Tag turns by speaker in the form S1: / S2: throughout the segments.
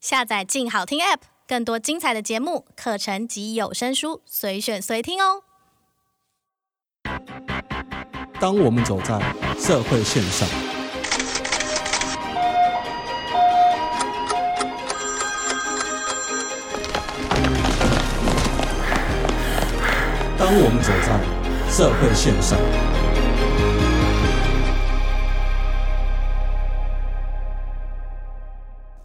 S1: 下载“静好听 ”App，更多精彩的节目、课程及有声书，随选随听哦。
S2: 当我们走在社会线上，当我们走在社会线上，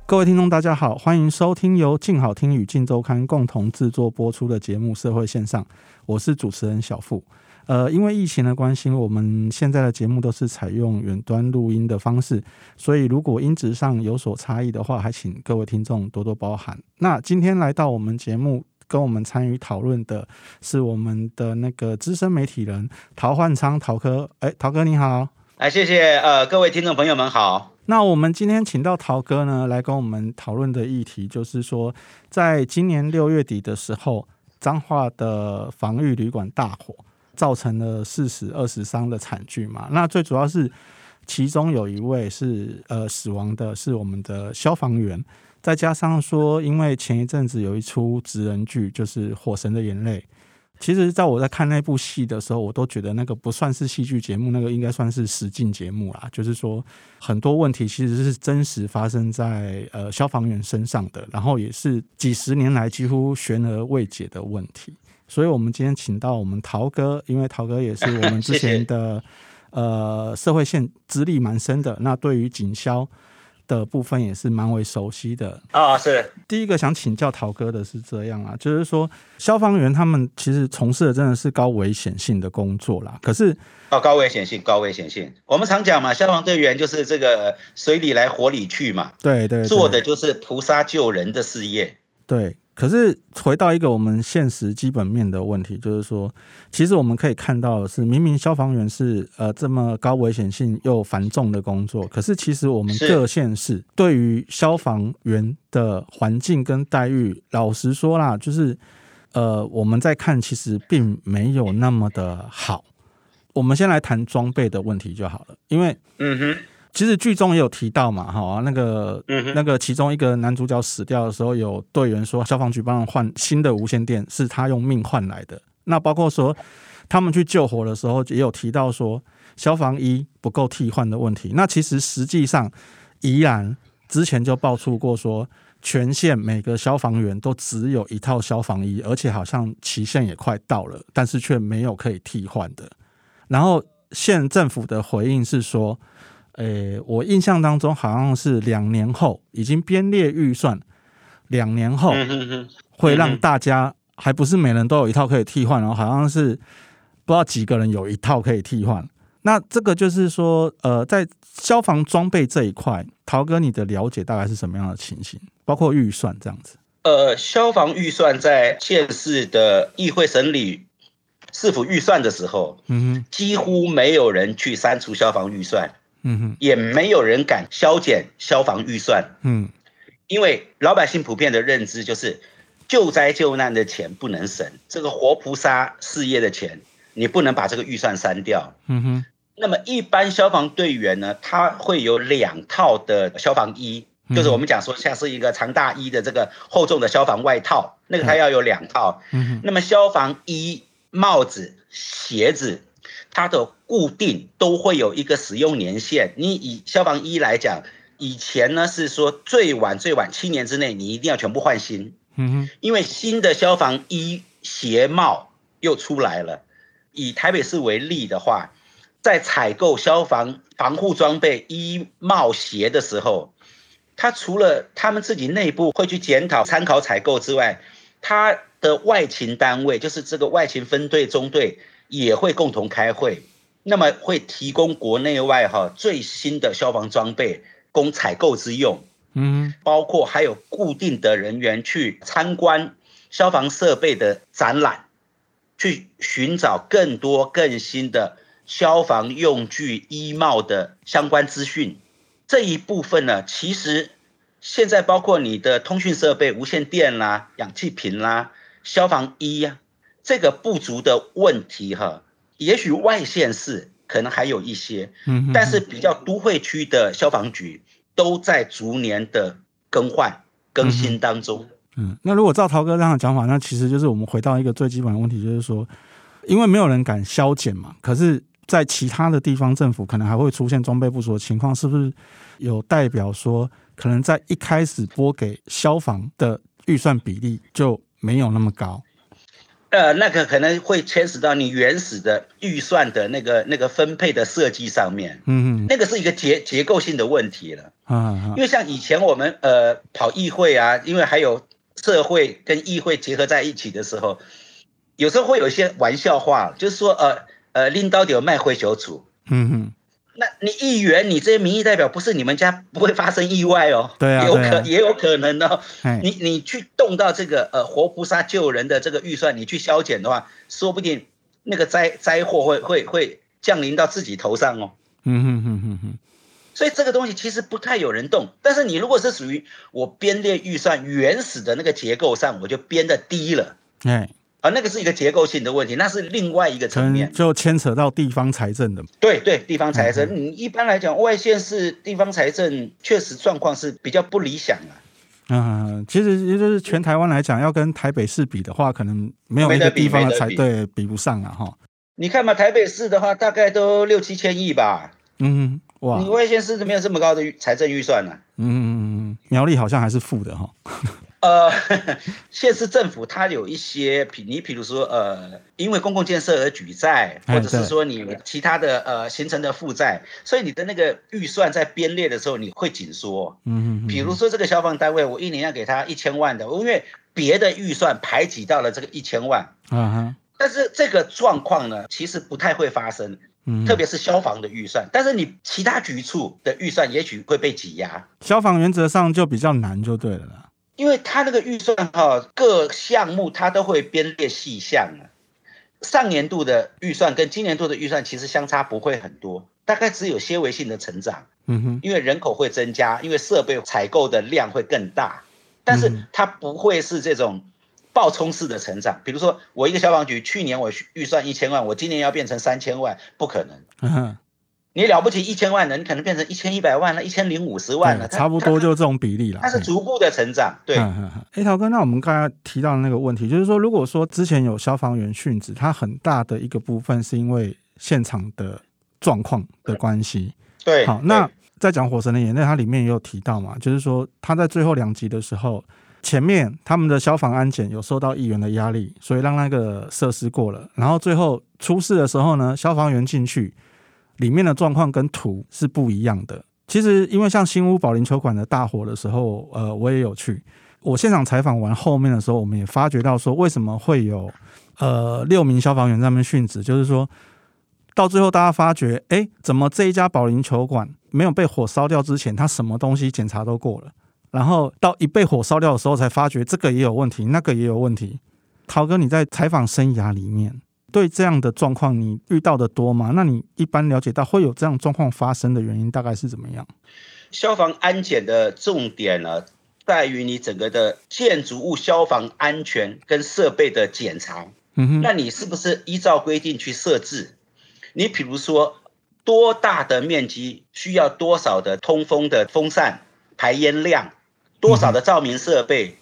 S2: 各位听众，大家好，欢迎收听由静好听与静周刊共同制作播出的节目《社会线上》，我是主持人小付。呃，因为疫情的关系，我们现在的节目都是采用远端录音的方式，所以如果音质上有所差异的话，还请各位听众多多包涵。那今天来到我们节目。跟我们参与讨论的是我们的那个资深媒体人陶焕昌，陶哥，哎，陶哥你好。
S3: 哎，谢谢呃各位听众朋友们好。
S2: 那我们今天请到陶哥呢，来跟我们讨论的议题就是说，在今年六月底的时候，彰化的防御旅馆大火，造成了四死二十伤的惨剧嘛。那最主要是，其中有一位是呃死亡的，是我们的消防员。再加上说，因为前一阵子有一出职人剧，就是《火神的眼泪》。其实，在我在看那部戏的时候，我都觉得那个不算是戏剧节目，那个应该算是实境节目啦。就是说，很多问题其实是真实发生在呃消防员身上的，然后也是几十年来几乎悬而未解的问题。所以，我们今天请到我们陶哥，因为陶哥也是我们之前的呃社会线资历蛮深的，那对于警消。的部分也是蛮为熟悉的
S3: 啊、是
S2: 第一个想请教陶哥的是这样啊，就是说消防员他们其实从事的真的是高危险性的工作啦。可是
S3: 哦，高危险性，高危险性。我们常讲嘛，消防队员就是这个水里来火里去嘛，
S2: 对对对
S3: 做的就是菩萨救人的事业。
S2: 对，可是回到一个我们现实基本面的问题，就是说，其实我们可以看到的是，明明消防员是呃这么高危险性又繁重的工作，可是其实我们
S3: 是
S2: 各县市对于消防员的环境跟待遇，老实说啦，就是呃我们在看，其实并没有那么的好。我们先来谈装备的问题就好了，因为
S3: 嗯哼，
S2: 其实剧中也有提到嘛，哈，那个、
S3: 嗯哼
S2: 那个其中一个男主角死掉的时候，有队员说消防局帮他换新的无线电，是他用命换来的。那包括说他们去救火的时候，也有提到说消防衣不够替换的问题。那其实实际上，宜兰之前就爆出过说，全县每个消防员都只有一套消防衣，而且好像期限也快到了，但是却没有可以替换的。然后县政府的回应是说，诶、我印象当中好像是两年后已经编列预算，两年后
S3: 嗯哼哼，
S2: 会让大家还不是每人都有一套可以替换，然后好像是不知道几个人有一套可以替换。那这个就是说，呃，在消防装备这一块，陶哥你的了解大概是什么样的情形？包括预算这样子。
S3: 呃，消防预算在县市的议会审理市府预算的时候，
S2: 嗯哼，
S3: 几乎没有人去删除消防预算，
S2: 嗯哼，
S3: 也没有人敢削减消防预算，
S2: 嗯，
S3: 因为老百姓普遍的认知就是，救灾救难的钱不能省，这个活菩萨事业的钱，你不能把这个预算删掉。
S2: 嗯哼，
S3: 那么一般消防队员呢，他会有两套的消防衣，
S2: 嗯
S3: 就是我们讲说像是一个长大衣的这个厚重的消防外套，那个他要有两套。
S2: 嗯哼，
S3: 那么消防衣、帽子、鞋子，它的固定都会有一个使用年限。你以消防衣来讲，以前呢是说最晚最晚七年之内你一定要全部换新，
S2: 嗯哼，
S3: 因为新的消防衣、鞋帽又出来了。以台北市为例的话，在采购消防防护装备、衣帽鞋的时候，他除了他们自己内部会去检讨、参考采购之外，他的外勤单位，就是这个外勤分队、中队，也会共同开会，那么会提供国内外哈最新的消防装备供采购之用。
S2: 嗯哼，
S3: 包括还有固定的人员去参观消防设备的展览，去寻找更多更新的消防用具、衣帽的相关资讯。这一部分呢，其实现在包括你的通讯设备、无线电啦、氧气瓶啦、消防衣呀、这个不足的问题哈，也许外县市可能还有一些，
S2: 嗯哼，
S3: 但是比较都会区的消防局都在逐年的更换，更新当中。
S2: 嗯，那如果照陶哥这样的讲法，那其实就是我们回到一个最基本的问题，就是说，因为没有人敢削减嘛，可是，在其他的地方政府可能还会出现装备不足的情况，是不是有代表说，可能在一开始拨给消防的预算比例就没有那么高？
S3: 呃，那个可能会牵扯到你原始的预算的那个那个分配的设计上面，
S2: 嗯
S3: 那个是一个结结构性的问题了。
S2: 嗯啊
S3: 因为像以前我们呃跑议会啊，因为还有社会跟议会结合在一起的时候，有时候会有一些玩笑话，就是说呃呃拎刀有卖灰球处，
S2: 嗯嗯，
S3: 那你议员你这些民意代表不是你们家不会发生意外哦，
S2: 对啊
S3: 有可、
S2: 对啊
S3: 也有可能哦，
S2: 哎
S3: 你你去动到这个呃活菩萨救人的这个预算，你去削减的话，说不定那个灾灾祸会会会降临到自己头上哦。
S2: 嗯哼哼哼哼，
S3: 所以这个东西其实不太有人动，但是你如果是属于我编列预算原始的那个结构上，我就编的低了
S2: 哎，
S3: 啊，那个是一个结构性的问题，那是另外一个
S2: 可
S3: 层面
S2: 能。就牵扯到地方财政的，
S3: 对对，地方
S2: 嗯
S3: 财政，你一般来讲外县市地方财政确实状况是比较不理想啊，
S2: 嗯，其实也就是全台湾来讲，要跟台北市比的话，可能没有一
S3: 没
S2: 个
S3: 得比
S2: 地方的
S3: 没得
S2: 财
S3: 比
S2: 对比不上啊，哈。
S3: 你看嘛，台北市的话大概都六七千亿吧，
S2: 嗯，哇，
S3: 你外县市都没有这么高的预财政预算啊呢、
S2: 嗯，苗栗好像还是负的哈。
S3: 呃， 县市政府它有一些，比你比如说呃，因为公共建设而举债，
S2: 哎
S3: 或者是
S2: 对
S3: 说你其他的呃形成的负债，所以你的那个预算在编列的时候你会紧缩。
S2: 嗯，
S3: 比如说这个消防单位，我一年要给他一千万的，因为别的预算排挤到了这个一千万，
S2: 啊哈，
S3: 但是这个状况呢，其实不太会发生，
S2: 嗯，
S3: 特别是消防的预算，但是你其他局处的预算也许会被挤压。
S2: 消防原则上就比较难，就对了啦。
S3: 因为他那个预算哈、各项目他都会编列细项啊。上年度的预算跟今年度的预算其实相差不会很多，大概只有些微性的成长，
S2: 嗯哼，
S3: 因为人口会增加，因为设备采购的量会更大，但
S2: 嗯
S3: 是它不会是这种爆冲式的成长。比如说，我一个消防局去年我预算一千万，我今年要变成三千万，不可能。
S2: 嗯哼
S3: 你了不起一千万了，你可能变成一千一百万了，一千零五十万了，
S2: 对
S3: 它
S2: 差不多就这种比例啦。
S3: 它它是逐步的成长，对。
S2: 哎，陶哥，那我们刚才提到的那个问题，就是说，如果说之前有消防员殉职，它很大的一个部分是因为现场的状况的关系。
S3: 对，
S2: 好，那在讲《火神的眼泪》，它里面也有提到嘛，就是说他在最后两集的时候，前面他们的消防安检有受到议员的压力，所以让那个设施过了。然后最后出事的时候呢，消防员进去，里面的状况跟图是不一样的。其实因为像新屋保龄球馆的大火的时候，呃，我也有去。我现场采访完后面的时候，我们也发觉到说，为什么会有呃六名消防员在那边殉职，就是说到最后，大家发觉，哎，怎么这一家保龄球馆没有被火烧掉之前，它什么东西检查都过了，然后到一被火烧掉的时候，才发觉这个也有问题，那个也有问题。陶哥，你在采访生涯里面，对这样的状况你遇到的多吗？那你一般了解到会有这样状况发生的原因大概是怎么样？
S3: 消防安检的重点呢、在于你整个的建筑物消防安全跟设备的检查。
S2: 嗯哼，
S3: 那你是不是依照规定去设置？你比如说，多大的面积需要多少的通风的风扇、排烟量，多少的照明设备，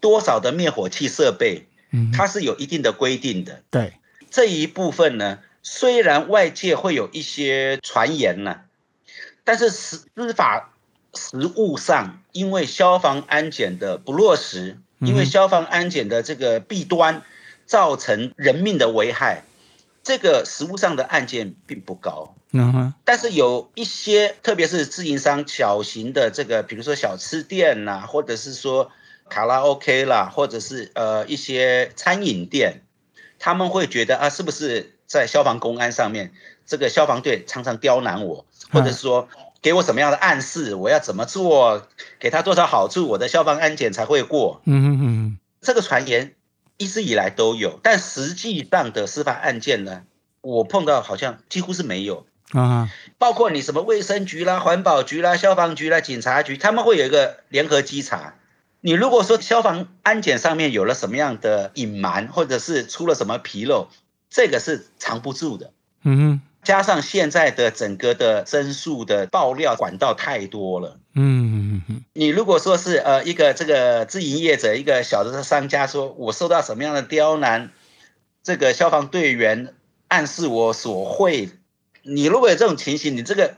S3: 多少的灭火器设备，
S2: 嗯哼，
S3: 它是有一定的规定的。
S2: 对，
S3: 这一部分呢，虽然外界会有一些传言呢、但是实司法实务上，因为消防安检的不落实，
S2: 嗯哼
S3: 因为消防安检的这个弊端，造成人命的危害，这个实务上的案件并不高。
S2: 嗯哼，
S3: 但是有一些，特别是自营商小型的这个，比如说小吃店啦、或者是说卡拉 OK 啦，或者是呃一些餐饮店，他们会觉得啊，是不是在消防公安上面，这个消防队常常刁难我，或者是说给我什么样的暗示，我要怎么做，给他多少好处，我的消防安检才会过。
S2: 嗯哼嗯
S3: 这个传言一直以来都有，但实际上的司法案件呢，我碰到好像几乎是没有。
S2: 哼，啊，
S3: 包括你什么卫生局啦、环保局啦、消防局啦、警察局，他们会有一个联合稽查。你如果说消防安检上面有了什么样的隐瞒，或者是出了什么纰漏，这个是藏不住的。
S2: 嗯哼，
S3: 加上现在的整个的申诉的爆料管道太多了。
S2: 嗯嗯嗯
S3: 你如果说是呃一个这个自营业者，一个小的商家说，我受到什么样的刁难，这个消防队员暗示我所会，你如果有这种情形，你这个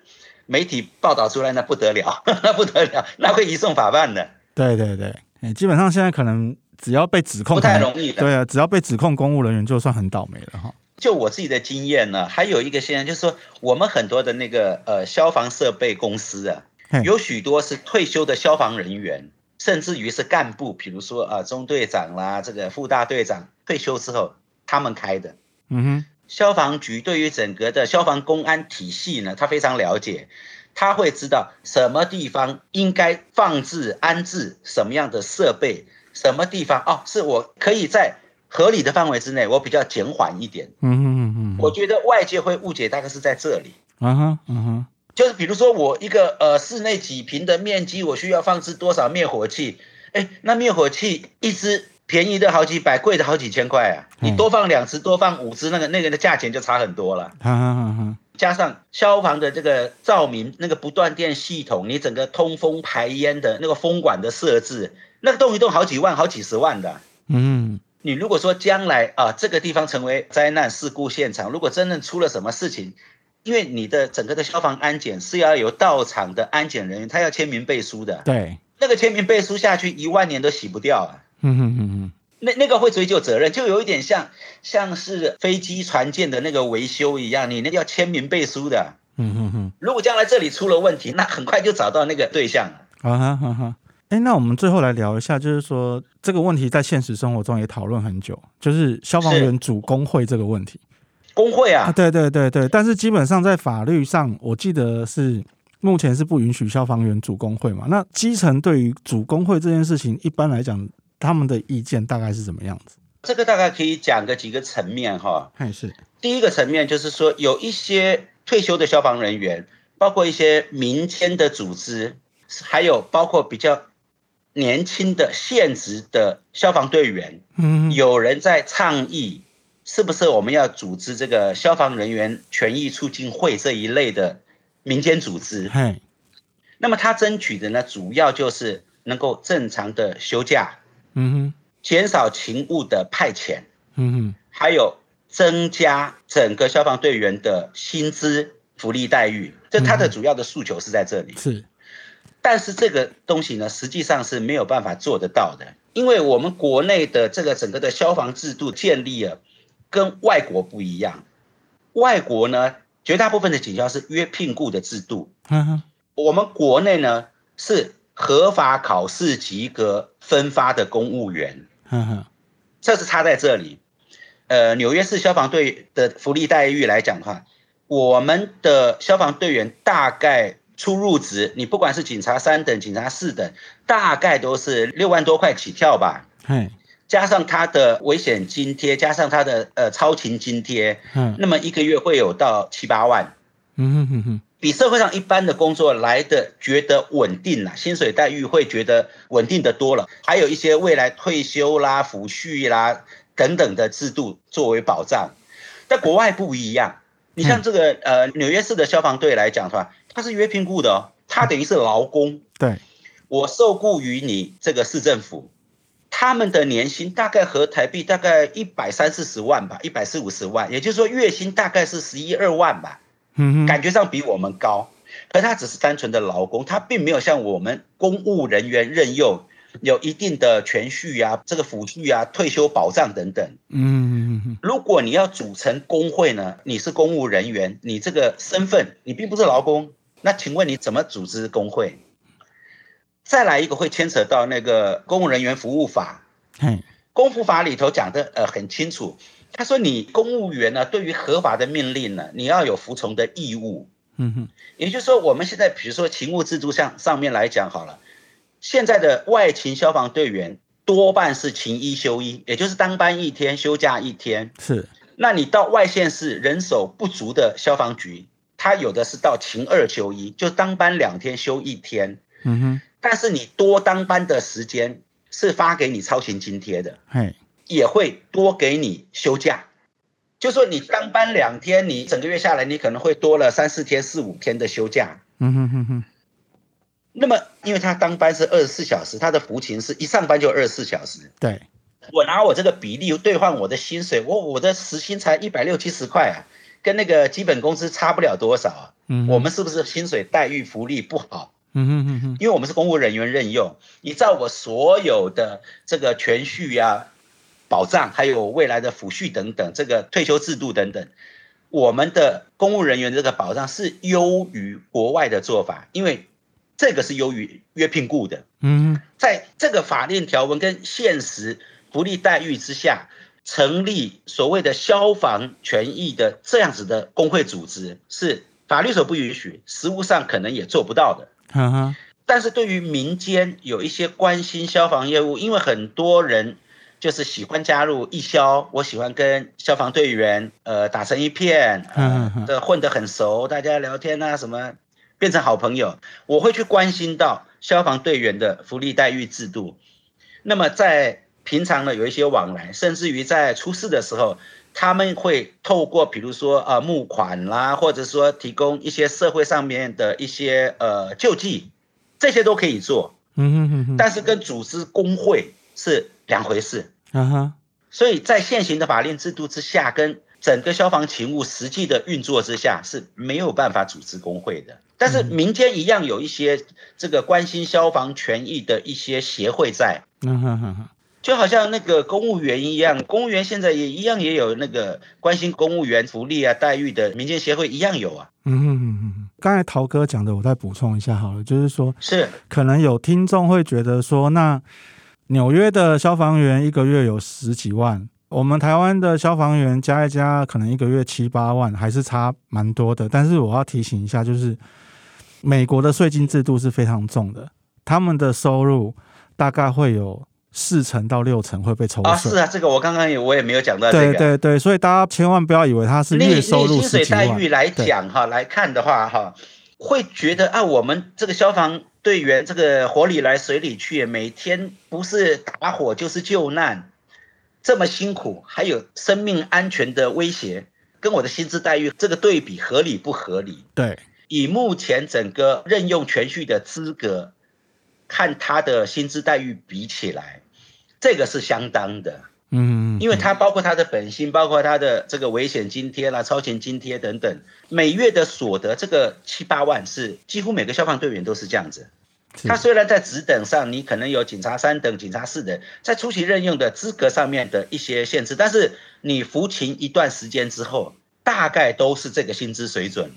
S3: 媒体报道出来，那不得了， 那不得了，那会移送法办的，
S2: 对对对，哎，基本上现在可能只要被指控，
S3: 不太容易的。
S2: 对啊，只要被指控公务人员，就算很倒霉了哈。
S3: 就我自己的经验呢，还有一个现象就是说，我们很多的那个呃消防设备公司啊
S2: 嘿，
S3: 有许多是退休的消防人员，甚至于是干部，比如说啊、呃中队长啦，这个副大队长退休之后他们开的。
S2: 嗯
S3: 消防局对于整个的消防公安体系呢，他非常了解，他会知道什么地方应该放置安置什么样的设备，什么地方哦，是我可以在合理的范围之内，我比较减缓一点。
S2: 哼，嗯哼嗯哼，
S3: 我觉得外界会误解，大概是在这里，
S2: 嗯哼嗯哼，
S3: 就是比如说我一个呃室内几平的面积，我需要放置多少灭火器？哎，那灭火器一支便宜的好几百，贵的好几千块啊！
S2: 嗯
S3: 你多放两支，多放五支，那个那个的价钱就差很多了。
S2: 哈哈哈哈，
S3: 加上消防的这个照明那个不断电系统，你整个通风排烟的那个风管的设置，那个动一动好几万、好几十万的啊、
S2: 嗯
S3: 你如果说将来啊，这个地方成为灾难事故现场，如果真正出了什么事情，因为你的整个的消防安检是要由到场的安检人员，他要签名背书的，
S2: 对，
S3: 那个签名背书下去一万年都洗不掉啊。
S2: 嗯哼嗯哼，
S3: 那那个会追究责任，就有一点像像是飞机船舰的那个维修一样，你那个要签名背书的。
S2: 嗯哼哼。
S3: 如果将来这里出了问题，那很快就找到那个对象了。
S2: 啊哈哈哈！哎，那我们最后来聊一下，就是说这个问题在现实生活中也讨论很久，就是消防员主工会这个问题
S3: 工会
S2: 啊。
S3: 啊，
S2: 对对对对，但是基本上在法律上，我记得是目前是不允许消防员主工会嘛。那基层对于主工会这件事情，一般来讲，他们的意见大概是怎么样子？
S3: 这个大概可以讲个几个层面哈。
S2: 还是
S3: 第一个层面就是说，有一些退休的消防人员，包括一些民间的组织，还有包括比较年轻的现职的消防队员，
S2: 嗯
S3: 有人在倡议，是不是我们要组织这个消防人员权益促进会这一类的民间组织？
S2: 嘿
S3: 那么他争取的呢，主要就是能够正常的休假，
S2: 嗯哼
S3: 减少勤务的派遣。
S2: 嗯哼
S3: 还有增加整个消防队员的薪资福利待遇，这他的主要的诉求是在这里。
S2: 是
S3: 但是这个东西呢，实际上是没有办法做得到的，因为我们国内的这个整个的消防制度建立啊，跟外国不一样。外国呢，绝大部分的警校是约聘雇的制度，
S2: 哈哈
S3: 我们国内呢是合法考试及格分发的公务员。
S2: 哈哈
S3: 这是差在这里。呃，纽约市消防队的福利待遇来讲的话，我们的消防队员大概初入职，你不管是警察三等、警察四等，大概都是六万多块起跳吧，
S2: 嘿
S3: 加上他的危险津贴，加上他的呃超勤津贴，
S2: 嗯
S3: 那么一个月会有到七八万，
S2: 嗯哼哼哼
S3: 比社会上一般的工作来的觉得稳定啦，薪水待遇会觉得稳定的多了。还有一些未来退休啦、抚恤啦等等的制度作为保障，但国外不一样。你像这个呃纽约市的消防队来讲的话，它是约聘雇的哦，它等于是劳工，
S2: 对
S3: 我受雇于你这个市政府，他们的年薪大概合台币大概一百三四十万吧，一百四五十万，也就是说月薪大概是十一二万吧。
S2: 嗯哼
S3: 感觉上比我们高，可他只是单纯的劳工，他并没有像我们公务人员任用有一定的权序啊、这个抚恤啊、退休保障等等。
S2: 嗯哼哼
S3: 如果你要组成工会呢，你是公务人员，你这个身份你并不是劳工，那请问你怎么组织工会？再来一个会牵扯到那个公务人员服务法，
S2: 嘿
S3: 公服法里头讲的呃很清楚，他说你公务员呢对于合法的命令呢，你要有服从的义务。
S2: 嗯哼
S3: 也就是说，我们现在比如说勤务制度上上面来讲好了，现在的外勤消防队员多半是勤一休一，也就是当班一天，休假一天。
S2: 是
S3: 那你到外县市人手不足的消防局，它有的是到勤二休一，就当班两天休一天，
S2: 嗯哼
S3: 但是你多当班的时间是发给你超勤津贴的，
S2: 嘿
S3: 也会多给你休假。就说你刚搬两天，你整个月下来，你可能会多了三四天、四五天的休假。
S2: 嗯哼哼哼，
S3: 那么，因为他当班是二十四小时，他的服勤是一上班就二十四小时。
S2: 对，
S3: 我拿我这个比例兑换我的薪水，我我的时薪才一百六七十块啊，跟那个基本工资差不了多少啊。
S2: 嗯哼，
S3: 我们是不是薪水待遇福利不好？
S2: 嗯哼哼哼，
S3: 因为我们是公务人员任用，你照我所有的这个权序呀、保障，还有未来的抚恤等等，这个退休制度等等，我们的公务人员这个保障是优于国外的做法，因为这个是优于约聘雇的。
S2: 嗯哼，
S3: 在这个法令条文跟现实福利待遇之下，成立所谓的消防权益的这样子的工会组织，是法律所不允许，实务上可能也做不到的。
S2: 哈哈，
S3: 但是对于民间有一些关心消防业务，因为很多人就是喜欢加入义消，我喜欢跟消防队员呃打成一片，
S2: 嗯嗯嗯
S3: 呃的混得很熟，大家聊天啊什么，变成好朋友，我会去关心到消防队员的福利待遇制度。那么在平常呢有一些往来，甚至于在出事的时候，他们会透过比如说呃募款啦，或者说提供一些社会上面的一些呃救济，这些都可以做，
S2: 嗯哼哼哼，
S3: 但是跟组织工会是两回事。
S2: 哈哈，
S3: 所以在现行的法令制度之下，跟整个消防勤务实际的运作之下是没有办法组织工会的。但是民间一样有一些这个关心消防权益的一些协会在，
S2: 嗯哼哼哼，
S3: 就好像那个公务员一样，公务员现在也一样也有那个关心公务员福利啊待遇的民间协会一样有啊，
S2: 嗯哼哼哼哼，刚才陶哥讲的，我再补充一下好了，就是说，
S3: 是
S2: 可能有听众会觉得说，那纽约的消防员一个月有十几万，我们台湾的消防员加一加，可能一个月七八万，还是差蛮多的。但是我要提醒一下，就是美国的税金制度是非常重的，他们的收入大概会有四成到六成会被抽
S3: 啊
S2: 税。
S3: 是啊，这个我刚刚也我也没有讲到这
S2: 对
S3: 个。
S2: 对对，所以大家千万不要以为他是
S3: 你
S2: 月
S3: 你
S2: 收入
S3: 薪
S2: 十
S3: 水
S2: 几万
S3: 待。遇来讲哈，来看的话哈，会觉得啊，我们这个消防队员这个火里来水里去，每天不是打火就是救难，这么辛苦，还有生命安全的威胁，跟我的薪资待遇这个对比合理不合理？
S2: 对，
S3: 以目前整个任用全序的资格，看他的薪资待遇比起来，这个是相当的。
S2: 嗯，
S3: 因为它包括它的本薪，包括它的这个危险津贴啦、超前津贴等等，每月的所得这个七八万是几乎每个消防队员都是这样子。
S2: 是
S3: 他虽然在职等上，你可能有警察三等、警察四等，在初期任用的资格上面的一些限制，但是你服勤一段时间之后，大概都是这个薪资水准。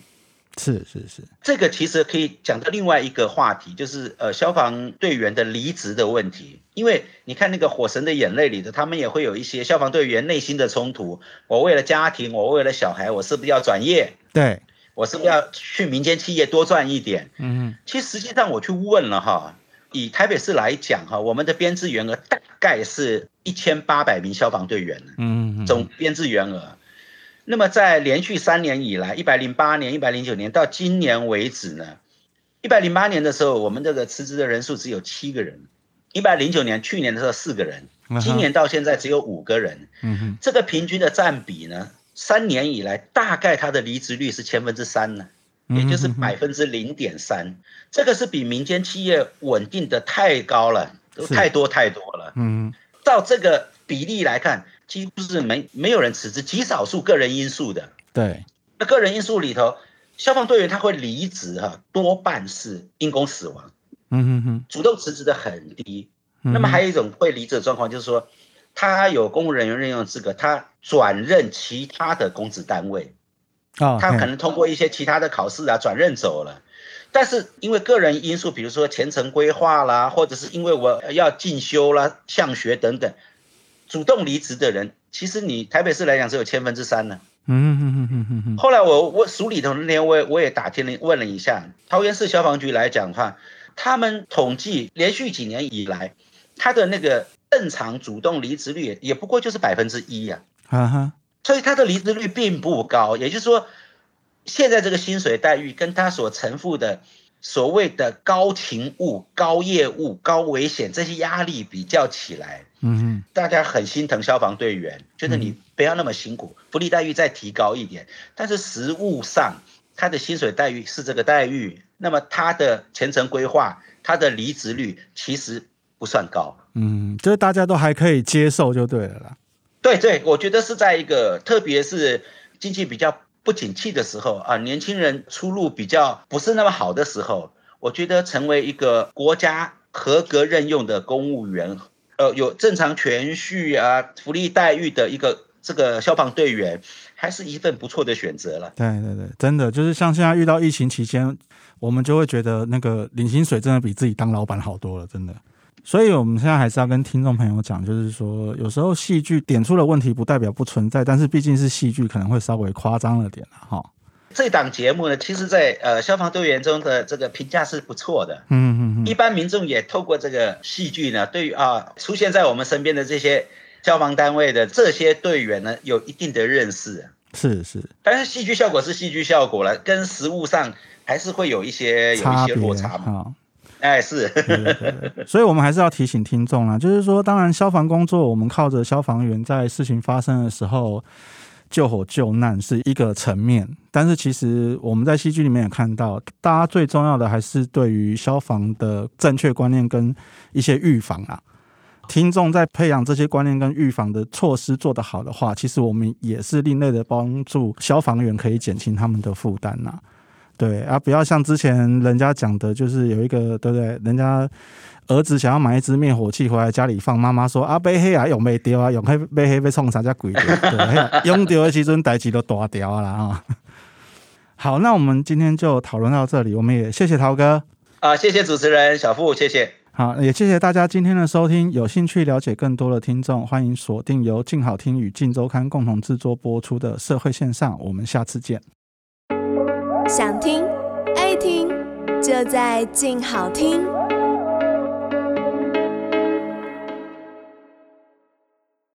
S2: 是是是，
S3: 这个其实可以讲到另外一个话题，就是呃消防队员的离职的问题。因为你看那个《火神的眼泪》里的，他们也会有一些消防队员内心的冲突。我为了家庭，我为了小孩，我是不是要转业？
S2: 对，
S3: 我是不是要去民间企业多赚一点？
S2: 嗯
S3: 其实实际上我去问了哈，以台北市来讲哈，我们的编制员额大概是一千八百名消防队员呢。
S2: 嗯，
S3: 总编制员额。那么在连续三年以来，一百零八年、一百零九年到今年为止呢，一百零八年的时候，我们这个辞职的人数只有七个人；一百零九年去年的时候四个人，今年到现在只有五个人。
S2: 嗯哼，
S3: 这个平均的占比呢，三年以来大概它的离职率是千分之三呢，也就是
S2: 嗯哼
S3: 百分之零点三，这个是比民间企业稳定的太高了，都
S2: 是
S3: 太多太多了。
S2: 嗯
S3: 照这个比例来看，几乎是没没有人辞职，极少数个人因素的。
S2: 对，
S3: 那个人因素里头，消防队员他会离职哈、多半是因公死亡，
S2: 嗯哼哼，
S3: 主动辞职的很低。
S2: 嗯哼
S3: 那么还有一种会离职的状况，就是说他有公务人员任用资格，他转任其他的公职单位，
S2: 哦，
S3: 他可
S2: 嘿
S3: 能通过一些其他的考试啊转任走了。但是因为个人因素，比如说前程规划啦，或者是因为我要进修啦、向学等等，主动离职的人，其实你台北市来讲只有千分之三呢。
S2: 嗯哼哼哼哼哼，
S3: 后来我我署里头那天我也我也打听了问了一下，桃园市消防局来讲的话，他们统计连续几年以来，他的那个正常主动离职率也也不过就是百分之一啊呀。
S2: 哈哈，
S3: 所以他的离职率并不高，也就是说，现在这个薪水待遇跟他所承付的所谓的高勤务、高业务、高危险这些压力比较起来，
S2: 嗯
S3: 大家很心疼消防队员，觉得你不要那么辛苦，福利待遇再提高一点。但是实务上，他的薪水待遇是这个待遇，那么他的前程规划、他的离职率其实不算高。
S2: 嗯，就是大家都还可以接受就对了啦。
S3: 对对，我觉得是在一个，特别是经济比较不景气的时候啊，年轻人出路比较不是那么好的时候，我觉得成为一个国家合格任用的公务员，呃，有正常权序啊、福利待遇的一个这个消防队员，还是一份不错的选择了。
S2: 对对对，真的就是像现在遇到疫情期间，我们就会觉得那个领薪水真的比自己当老板好多了，真的。所以我们现在还是要跟听众朋友讲，就是说，有时候戏剧点出了问题，不代表不存在，但是毕竟是戏剧，可能会稍微夸张了点啦，哈。
S3: 这档节目呢，其实在呃消防队员中的这个评价是不错的。
S2: 嗯嗯
S3: 一
S2: 嗯，
S3: 般民众也透过这个戏剧呢，对于啊出现在我们身边的这些消防单位的这些队员呢，有一定的认识。
S2: 是是，
S3: 但是戏剧效果是戏剧效果了，跟实物上还是会有一些有一
S2: 差
S3: 些
S2: 别
S3: 落差嘛。
S2: 哈。
S3: 哎，是，
S2: 对对对对所以我们还是要提醒听众啦，啊就是说，当然消防工作，我们靠着消防员在事情发生的时候救火救难是一个层面，但是其实我们在戏剧里面也看到，大家最重要的还是对于消防的正确观念跟一些预防啊。听众在培养这些观念跟预防的措施做得好的话，其实我们也是另类的帮助消防员可以减轻他们的负担呐、对啊，不要像之前人家讲的，就是有一个对不对？人家儿子想要买一支灭火器回来家里放，妈妈说啊，被黑啊，用被丢啊，用黑被黑被冲啥叫鬼丢，对，用丢的时阵代志都大掉啊啦啊。好，那我们今天就讨论到这里，我们也谢谢陶哥。
S3: 啊，谢谢主持人小付，谢谢。
S2: 好，也谢谢大家今天的收听。有兴趣了解更多的听众，欢迎锁定由静好听与静周刊共同制作播出的《社会线上》，我们下次见。
S4: 想听爱听，就在静好听。